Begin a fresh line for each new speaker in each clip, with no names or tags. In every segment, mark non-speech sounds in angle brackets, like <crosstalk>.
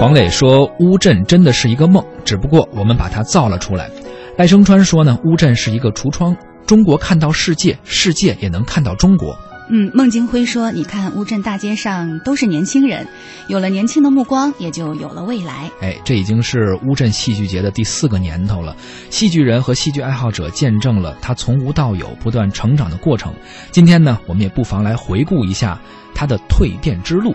黄磊说，乌镇真的是一个梦，只不过我们把它造了出来。赖声川说呢，乌镇是一个橱窗，中国看到世界，世界也能看到中国。
嗯，孟京辉说：“你看乌镇大街上都是年轻人，有了年轻的目光，也就有了未来。
哎，这已经是乌镇戏剧节的第四个年头了。戏剧人和戏剧爱好者见证了它从无到有、不断成长的过程。今天呢，我们也不妨来回顾一下它的蜕变之路。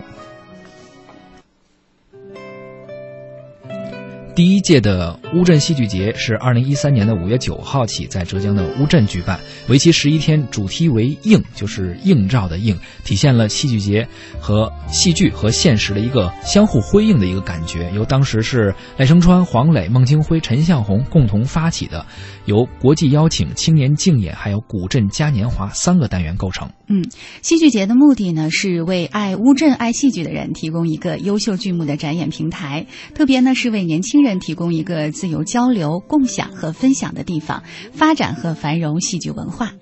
第一届的乌镇戏剧节是二零一三年的五月九号起在浙江的乌镇举办，为期十一天，主题为“映”，就是映照的“映”，体现了戏剧节和戏剧和现实的一个相互辉映的一个感觉。由当时是赖声川、黄磊、孟京辉、陈向红共同发起的，由国际邀请、青年竞演还有古镇嘉年华三个单元构成。
嗯，戏剧节的目的呢，是为爱乌镇、爱戏剧的人提供一个优秀剧目的展演平台，特别呢是为年轻人提供一个自由交流、共享和分享的地方，发展和繁荣戏剧文化。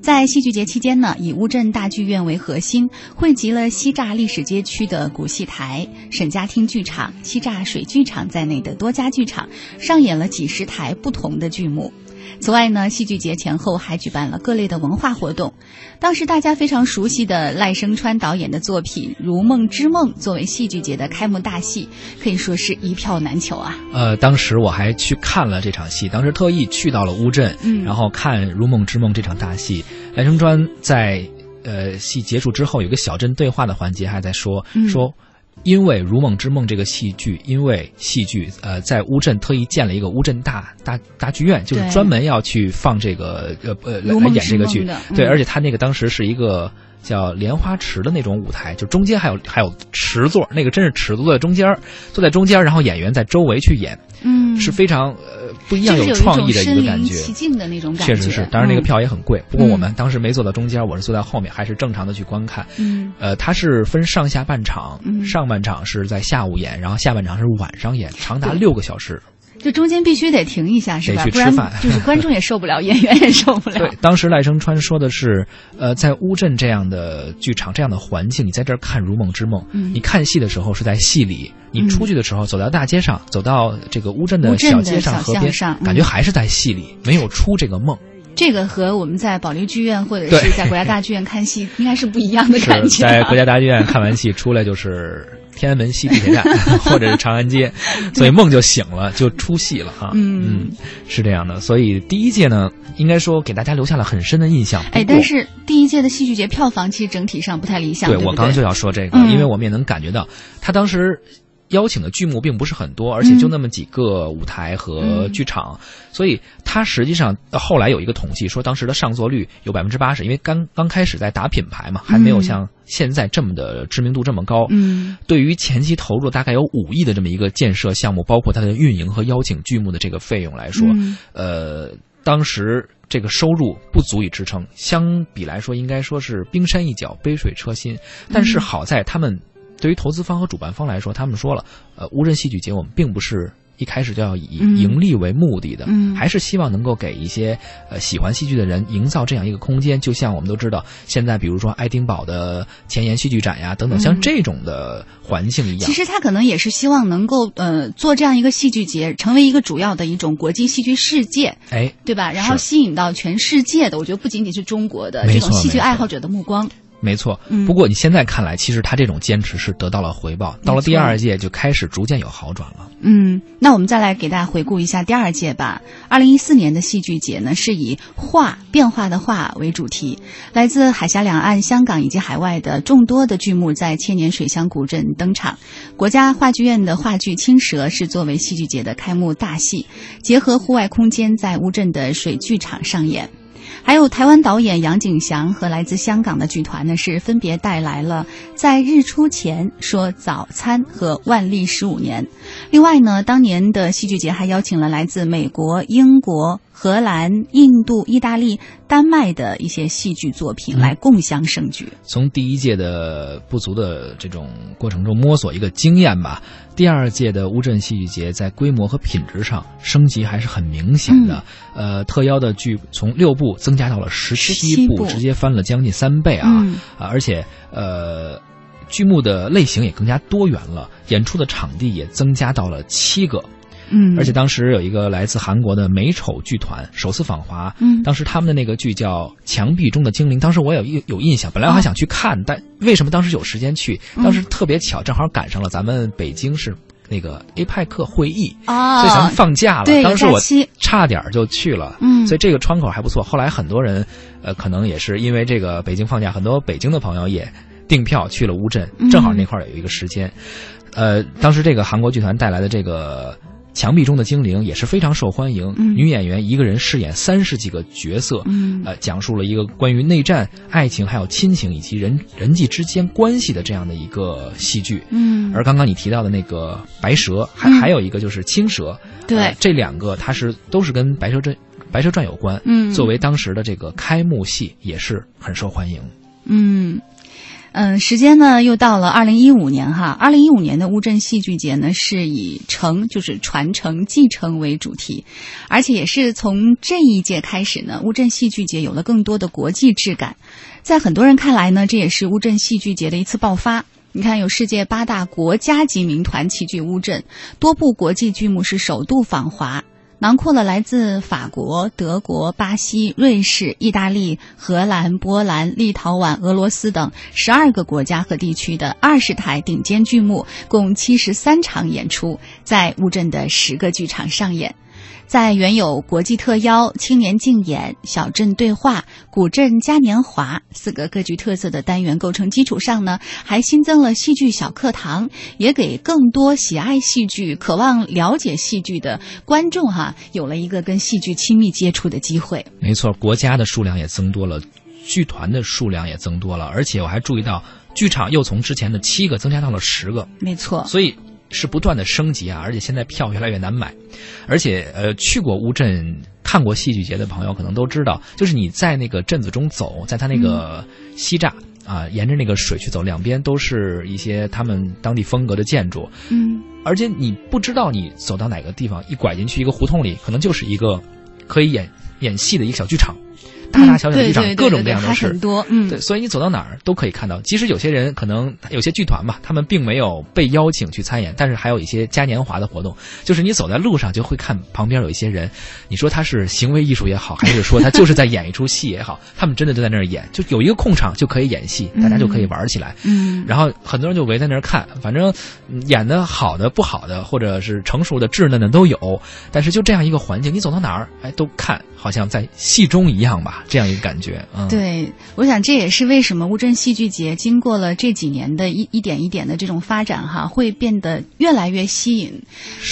在戏剧节期间呢，以乌镇大剧院为核心，汇集了西栅历史街区的古戏台、沈家厅剧场、西栅水剧场在内的多家剧场，上演了几十台不同的剧目。此外呢，戏剧节前后还举办了各类的文化活动。当时大家非常熟悉的赖声川导演的作品《如梦之梦》作为戏剧节的开幕大戏，可以说是一票难求啊。
呃，当时我还去看了这场戏，当时特意去到了乌镇，
嗯
然后看《如梦之梦》这场大戏。赖声川在呃戏结束之后有个小镇对话的环节，还在说、
嗯
说。因为《如梦之梦》这个戏剧，因为戏剧，呃，在乌镇特意建了一个乌镇大大大剧院，就是
对
专门要去放这个呃呃来
如
来
梦
演
之
这个
梦
剧
的，
对，
嗯
而且他那个当时是一个叫莲花池的那种舞台，就中间还有还有池座，那个真是池坐在中间儿，坐在中间儿，然后演员在周围去演，
嗯
是非常呃不一
就
样、
是有
创意的一
身
个感
临
觉。
其境的那种感觉，
确实是，当然那个票也很贵，不过
嗯
我们当时没坐到中间，我是坐在后面，还是正常的去观看。
嗯，
呃，它是分上下半场，
嗯
上半场是在下午演，然后下半场是晚上演，长达
对
六个小时。
嗯，就中间必须得停一下，是吧？
得去
不
吃
然
饭
就是观众也受
<laughs>
不了，演员也受不
对
<laughs> 了。，
当时赖声川说的是，呃，在乌镇这样的剧场、这样的环境，你在这儿看《如梦之梦》
嗯
你看戏的时候是在戏里，你
嗯
出去的时候走到大街上，走到这个乌镇的
乌镇
小
的
街上、
小
河
巷
边，
上嗯
感觉还是在戏里，没有出这个
<laughs>
梦。
这个和我们在保利剧院或者
对
是在国家大剧院看戏应该是不一样的感
是
觉啊。
在国家大剧院看完戏出来就是天安门西地铁
<laughs>
站或者是长安街，所以梦就醒了，就出戏了哈。
嗯
是这样的。所以第一届呢，应该说给大家留下了很深的印象。不过
哎，但是第一届的戏剧节票房其实整体上不太理想，对不
我刚刚就要说这个，
嗯
因为我们也能感觉到，他当时邀请的剧目并不是很多，而
嗯
且就那么几个舞台和剧场，所以他实际上呃后来有一个统计说，当时的上座率有百分之八十，因为刚刚开始在打品牌嘛，还没有
嗯
像现在这么的知名度这么高。
嗯，
对于前期投入大概有五亿的这么一个建设项目，包括它的运营和邀请剧目的这个费用来说，
嗯
呃，当时这个收入不足以支撑，相比来说应该说是冰山一角、杯水车薪。但是好在他们对于投资方和主办方来说，他们说了，呃，乌镇戏剧节我们并不是。一开始就要以
嗯
盈利为目的的，
嗯
还是希望能够给一些呃喜欢戏剧的人营造这样一个空间。就像我们都知道，现在比如说爱丁堡的前沿戏剧展呀等等，像
嗯
这种的环境一样
其，实他可能也是希望能够呃做这样一个戏剧节，成为一个主要的一种国际戏剧世界，
哎，
对吧？然后
是
吸引到全世界的，我觉得不仅仅是中国的
没
这
错
种戏剧
没错
爱好者的目光。
没错
嗯，
不过你现在看来，其实他这种坚持是得到了回报。到了第二届就开始逐渐有好转了。
嗯，那我们再来给大家回顾一下第二届吧。二零一四年的戏剧节呢，是以“画变化的画”为主题，来自海峡两岸、香港以及海外的众多的剧目在千年水乡古镇登场。国家话剧院的话剧《青蛇》是作为戏剧节的开幕大戏，结合户外空间，在乌镇的水剧场上演。还有台湾导演杨景祥和来自香港的剧团呢，是分别带来了《在日出前说早餐》和《万历十五年》。另外呢，当年的戏剧节还邀请了来自美国、英国、荷兰、印度、意大利、丹麦的一些戏剧作品来共襄盛举。
从第一届的不足的这种过程中摸索一个经验吧。第二届的乌镇戏剧节在规模和品质上升级还是很明显的。
嗯
呃，特邀的剧从六部增加到了十七
17部
部，直接翻了将近三倍啊！
嗯
啊，而且呃。剧目的类型也更加多元了，演出的场地也增加到了七个。
嗯，
而且当时有一个来自韩国的美丑剧团首次访华，
嗯
当时他们的那个剧叫《墙壁中的精灵》，当时我有印有印象，本来我还想去看，但为什么当时有时间去？当时特别巧，正好赶上了咱们北京市那个 APEC 会议，
啊，
所以咱们放假了。
对
当时
有
我
假期
差点儿就去了，
嗯
所以这个窗口还不错。后来很多人，呃，可能也是因为这个北京放假，很多北京的朋友也订票去了乌镇，正
嗯
好那块儿有一个时间。呃，当时这个韩国剧团带来的这个。墙壁中的精灵也是非常受欢迎，
嗯
女演员一个人饰演三十几个角色，
嗯
呃，讲述了一个关于内战、爱情、还有亲情以及人人际之间关系的这样的一个戏剧。
嗯，
而刚刚你提到的那个白蛇，还、
嗯
还有一个就是青蛇，
对
呃这两个它是都是跟白蛇传白蛇传有关。
嗯
作为当时的这个开幕戏也是很受欢迎。
嗯。嗯，时间呢又到了二零一五年哈，二零一五年的乌镇戏剧节呢是以承就是传承继承为主题，而且也是从这一届开始呢，乌镇戏剧节有了更多的国际质感。在很多人看来呢，这也是乌镇戏剧节的一次爆发。你看，有世界八大国家级名团齐聚乌镇，多部国际剧目是首度访华，囊括了来自法国、德国、巴西、瑞士、意大利、荷兰、波兰、立陶宛、俄罗斯等十二个国家和地区的二十台顶尖剧目，共七十三场演出，在乌镇的十个剧场上演。在原有国际特邀、青年竞演、小镇对话、古镇嘉年华四个各具特色的单元构成基础上呢，还新增了戏剧小课堂，也给更多喜爱戏剧、渴望了解戏剧的观众哈、有了一个跟戏剧亲密接触的机会。
没错，国家的数量也增多了，剧团的数量也增多了，而且我还注意到剧场又从之前的七个增加到了十个。
没错，
所以是不断的升级啊，而且现在票越来越难买，而且呃，去过乌镇看过戏剧节的朋友可能都知道，就是你在那个镇子中走，在它那个
嗯
西栅。啊，沿着那个水去走，两边都是一些他们当地风格的建筑，
嗯
而且你不知道你走到哪个地方，一拐进去一个胡同里，可能就是一个可以演演戏的一个小剧场，大大小小的剧场，
嗯对对对对
各种各样
对
的
还
事。
很多，嗯，
对，所以你走到哪儿都可以看到。即使有些人可能有些剧团吧，他们并没有被邀请去参演，但是还有一些嘉年华的活动，就是你走在路上就会看旁边有一些人，你说他是行为艺术也好，还是说他就是在演一出戏也好，他们真的就在那儿演，就有一个空场就可以演戏，大家就可以玩起来。
嗯，
然后很多人就围在那儿看，反正嗯演的好的、不好的，或者是成熟的、稚嫩的都有。但是就这样一个环境，你走到哪儿，哎，都看，好像在戏中一样吧，这样一个感觉。嗯，。
对，我想这也是为什么乌镇戏剧节经过了这几年的一一点一点的这种发展哈，会变得越来越吸引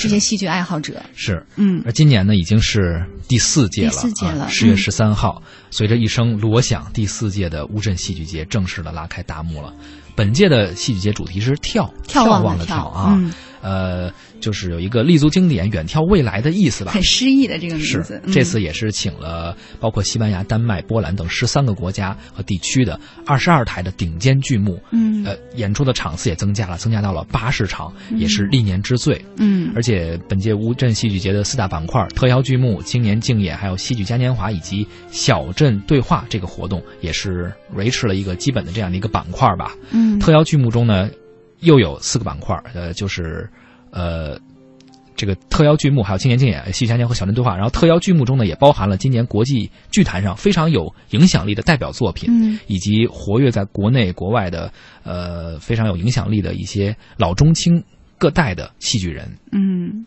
这些戏剧爱好者。
是，
嗯
而今年呢，已经是第四届了，
第四届了
啊，十月
嗯
十三号，随着一声锣响，第四届的乌镇戏剧节正式的拉开大幕了。本届的戏剧节主题是跳，
眺望
望
的
的
跳
啊，
嗯
呃，就是有一个立足经典、远眺未来的意思吧，
很诗意的这个名
是
字，，嗯
这次也是请了包括西班牙、丹麦、波兰等十三个国家和地区的二十二台的顶尖剧目，
嗯
呃，演出的场次也增加了，增加到了八十场，
嗯
也是历年之最。
嗯
而且本届乌镇戏剧节的四大板块——特邀剧目、青年竞演，还有戏剧嘉年华以及小镇对话这个活动，也是维持了一个基本的这样的一个板块吧。
嗯
特邀剧目中呢，又有四个板块，呃，就是呃。这个特邀剧目，还有青年竞演、戏剧嘉年华和小镇对话。然后特邀剧目中呢，也包含了今年国际剧坛上非常有影响力的代表作品，
嗯
以及活跃在国内国外的呃非常有影响力的一些老中青各代的戏剧人。
嗯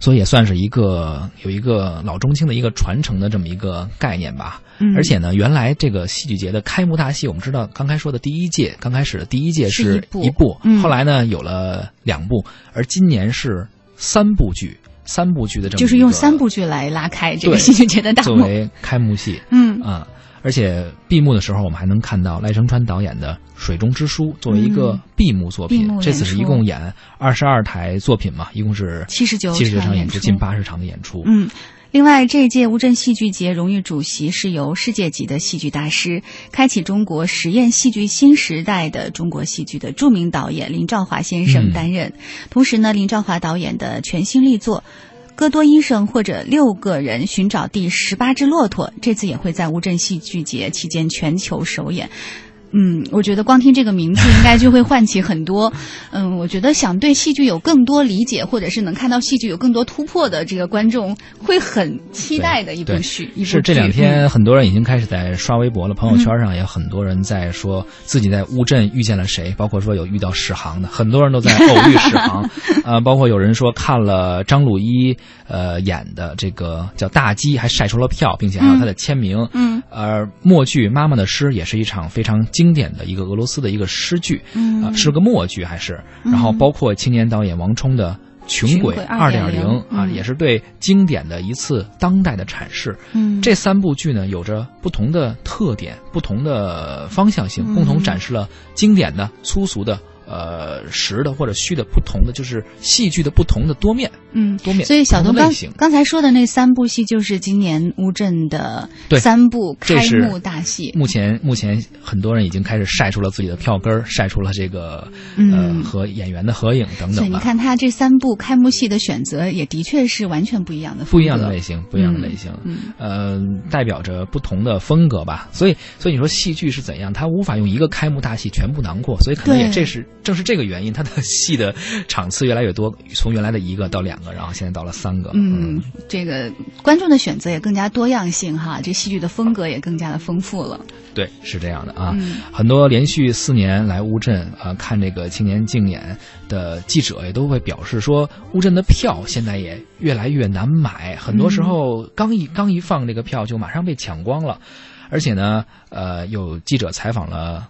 所以也算是一个有一个老中青的一个传承的这么一个概念吧。
嗯，
而且呢，原来这个戏剧节的开幕大戏，我们知道刚才说的第一届，刚开始的第一届
是一
是
部
一部，
嗯
后来呢有了两部，而今年是三部剧，三部剧的这么
就是
一
用
个
三部剧来拉开这个
对
戏剧节的大
作
幕。
为开幕戏
嗯
啊、而且闭幕的时候，我们还能看到赖声川导演的《水中之书》作为一个
嗯
闭幕作
闭
品，
幕
这次
演
是一
出
共演二十二台作品嘛，一共是
79
七十九
场
场
演
演出，
出
近八十场的演出。
嗯。另外，这届乌镇戏剧节荣誉主席是由世界级的戏剧大师、开启中国实验戏剧新时代的中国戏剧的著名导演林兆华先生
嗯
担任。同时呢，林兆华导演的全新力作《戈多医生或者六个人寻找第十八只骆驼》，这次也会在乌镇戏剧节期间全球首演。嗯，我觉得光听这个名字，应该就会唤起很多， <laughs> 嗯，我觉得想对戏剧有更多理解，或者是能看到戏剧有更多突破的这个观众，会很期待的一部
对
剧。一部
是这
剧
两
嗯
天很多人已经开始在刷微博了，朋友圈上也很多人在说自己在乌镇遇见了谁，包括说有遇到史航的，很多人都在偶遇史航，呃，包括有人说看了张鲁一呃演的这个叫《大鸡》，还晒出了票，并且还有他的签名，
嗯
而默剧《妈妈的诗》也是一场非常经典的一个俄罗斯的一个诗剧，
嗯
呃是个默剧还是？然后包括青年导演王冲的。穷鬼
穷鬼
二点零
2.0
啊，
嗯
也是对经典的一次当代的阐释。
嗯，
这三部剧呢，有着不同的特点、不同的方向性，
嗯
共同展示了经典的、粗俗的、呃实的或者虚的不同的，就是戏剧的不同的多面。
嗯。
多面，
所以小
不
东
同
刚
类型，
刚才说的那三部戏，就是今年乌镇的
对
三部
这
开
是嗯
幕大戏。
目前目前很多人已经开始晒出了自己的票根儿，晒出了这个呃
嗯
和演员的合影等
所以
等
你
吧。
看，他这三部开幕戏的选择也的确是完全不一样的风格，
不一样的类型，不一样的类型，
嗯
呃，代表着不同的风格吧。所以，所以你说戏剧是怎样？它无法用一个开幕大戏全部囊括，所以可能
对
也这是正是这个原因，它的戏的场次越来越多，从原来的一个到两个，然后现在到了三个。
嗯，这个观众的选择也更加多样性哈，这戏剧的风格也更加的丰富了。
对，是这样的啊。
嗯
很多连续四年来乌镇啊、呃看这个青年竞演的记者也都会表示说，乌镇的票现在也越来越难买，很多时
嗯
候刚一刚一放这个票就马上被抢光了，而且呢，呃，有记者采访了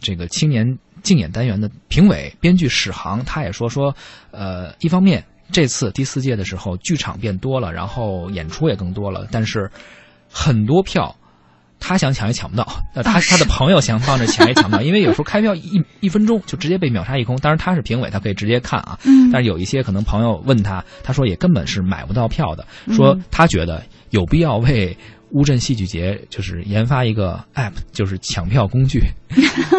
这个青年竞演单元的评委编剧史航，他也说说，呃，一方面这次第四届的时候剧场变多了，然后演出也更多了，但是很多票。他想抢也抢不到，那他、
啊是
他的朋友想放着抢也抢不到，因为有时候开票一一分钟就直接被秒杀一空。当然他是评委，他可以直接看啊。
嗯
但是有一些可能朋友问他，他说也根本是买不到票的，说
嗯
他觉得有必要为乌镇戏剧节就是研发一个 app，就是抢票工
<laughs>
具，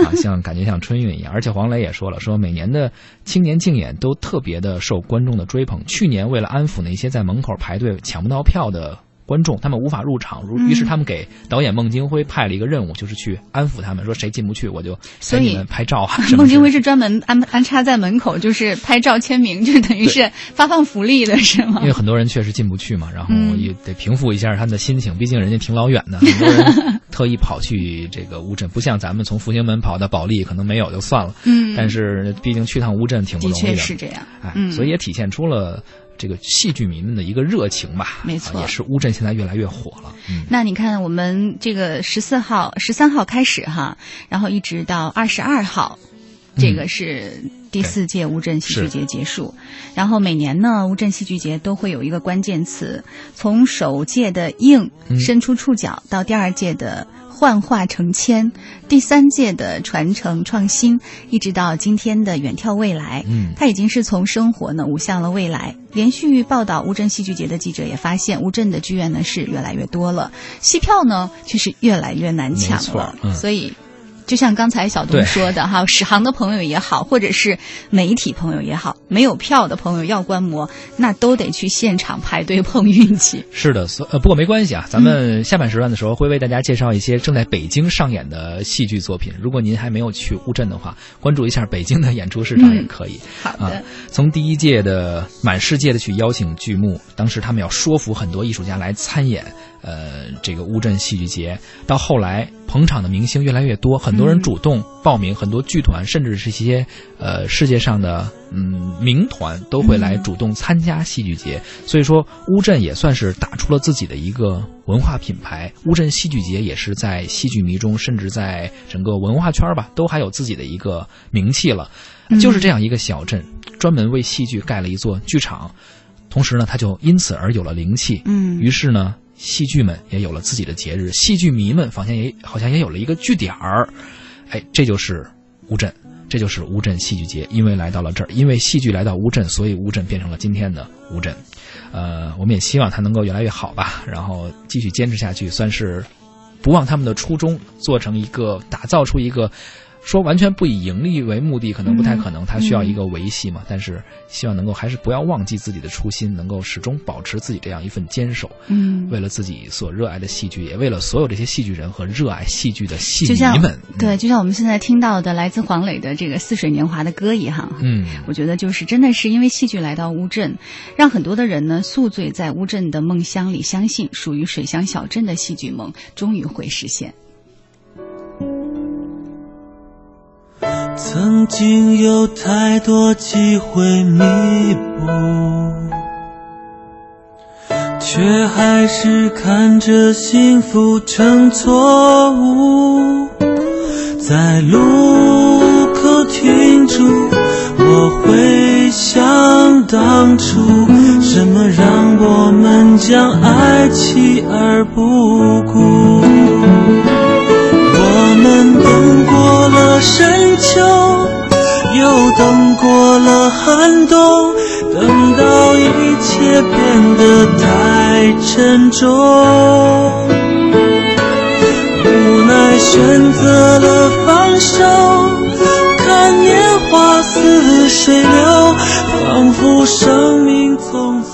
啊，像感觉像春运一样。而且黄磊也说了，说每年的青年竞演都特别的受观众的追捧。去年为了安抚那些在门口排队抢不到票的。观众他们无法入场，如
嗯
于是他们给导演孟京辉派了一个任务，就是去安抚他们，说谁进不去我就
所
给
以
你们拍照
<laughs>
啊。什么
孟
之
京
类
辉
的
是专门安安插在门口，就是拍照签名，就等于是发放福利的是吗 <laughs>
因为？很多人确实进不去嘛，然后
嗯
也得平复一下他们的心情，毕竟人家挺老远
<laughs>
的，很多人特意跑去这个乌镇，不像咱们从复兴门跑到保利，可能没有就算了，
嗯，
但是毕竟去趟乌镇挺不
的
容易的，
确是这样。
哎，
嗯
所以也体现出了这个戏剧迷们的一个热情吧，
没错
啊也是乌镇现在越来越火了，嗯，
那你看，我们这个十四号、十三号开始哈，然后一直到二十二号，
嗯
这个是第四届乌镇戏剧节结束。然后每年呢，乌镇戏剧节都会有一个关键词，从首届的硬
嗯
伸出触角，到第二届的。幻化成千，第三届的传承创新，一直到今天的远眺未来，
嗯
它已经是从生活呢舞向了未来。连续报道乌镇戏剧节的记者也发现，乌镇的剧院呢是越来越多了，戏票呢却是越来越难抢
没错
了。
嗯
所以，就像刚才小东
对
说的哈，史航的朋友也好，或者是媒体朋友也好，没有票的朋友要观摩，那都得去现场排队碰运气。
是的，所呃，不过没关系啊，咱们下半时段的时候会为大家介绍一些正在北京上演的戏剧作品。如果您还没有去乌镇的话，关注一下北京的演出市场也可以。
<laughs> 好
啊
的，，
从第一届的满世界的去邀请剧目，当时他们要说服很多艺术家来参演，呃，这个乌镇戏剧节。到后来，捧场的明星越来越多，很多人
嗯
主动报名，很多剧团甚至是一些呃世界上的嗯名团都会来
嗯
主动参加戏剧节。所以说，乌镇也算是打出了自己的一个文化品牌。乌镇戏剧节也是在戏剧迷中，甚至在整个文化圈吧，都还有自己的一个名气了。
嗯
就是这样一个小镇，专门为戏剧盖了一座剧场，同时呢，它就因此而有了灵气。
嗯
于是呢，戏剧们也有了自己的节日，戏剧迷们好像也好像也有了一个据点儿。哎，这就是乌镇，这就是乌镇戏剧节。因为来到了这儿，因为戏剧来到乌镇，所以乌镇变成了今天的乌镇。呃，我们也希望它能够越来越好吧，然后继续坚持下去，算是不忘他们的初衷，做成一个打造出一个。说完全不以盈利为目的，可能不太可能，
嗯
它需要一个维系嘛。但是希望能够还是不要忘记自己的初心，能够始终保持自己这样一份坚守，
嗯，
为了自己所热爱的戏剧，也为了所有这些戏剧人和热爱戏剧的戏
就像
迷们。
对，就像我们现在听到的来自黄磊的这个《似水年华》的歌一样，
嗯，
我觉得就是真的是因为戏剧来到乌镇，让很多的人呢宿醉在乌镇的梦乡里，相信属于水乡小镇的戏剧梦终于会实现。
曾经有太多机会弥补，却还是看着幸福成错误。在路口停住，我回想当初，什么让我们将爱弃而不顾？我们等过了深秋，又等过了寒冬，等到一切变得太沉重，无奈选择了放手，看年华似水流，仿佛生命从此。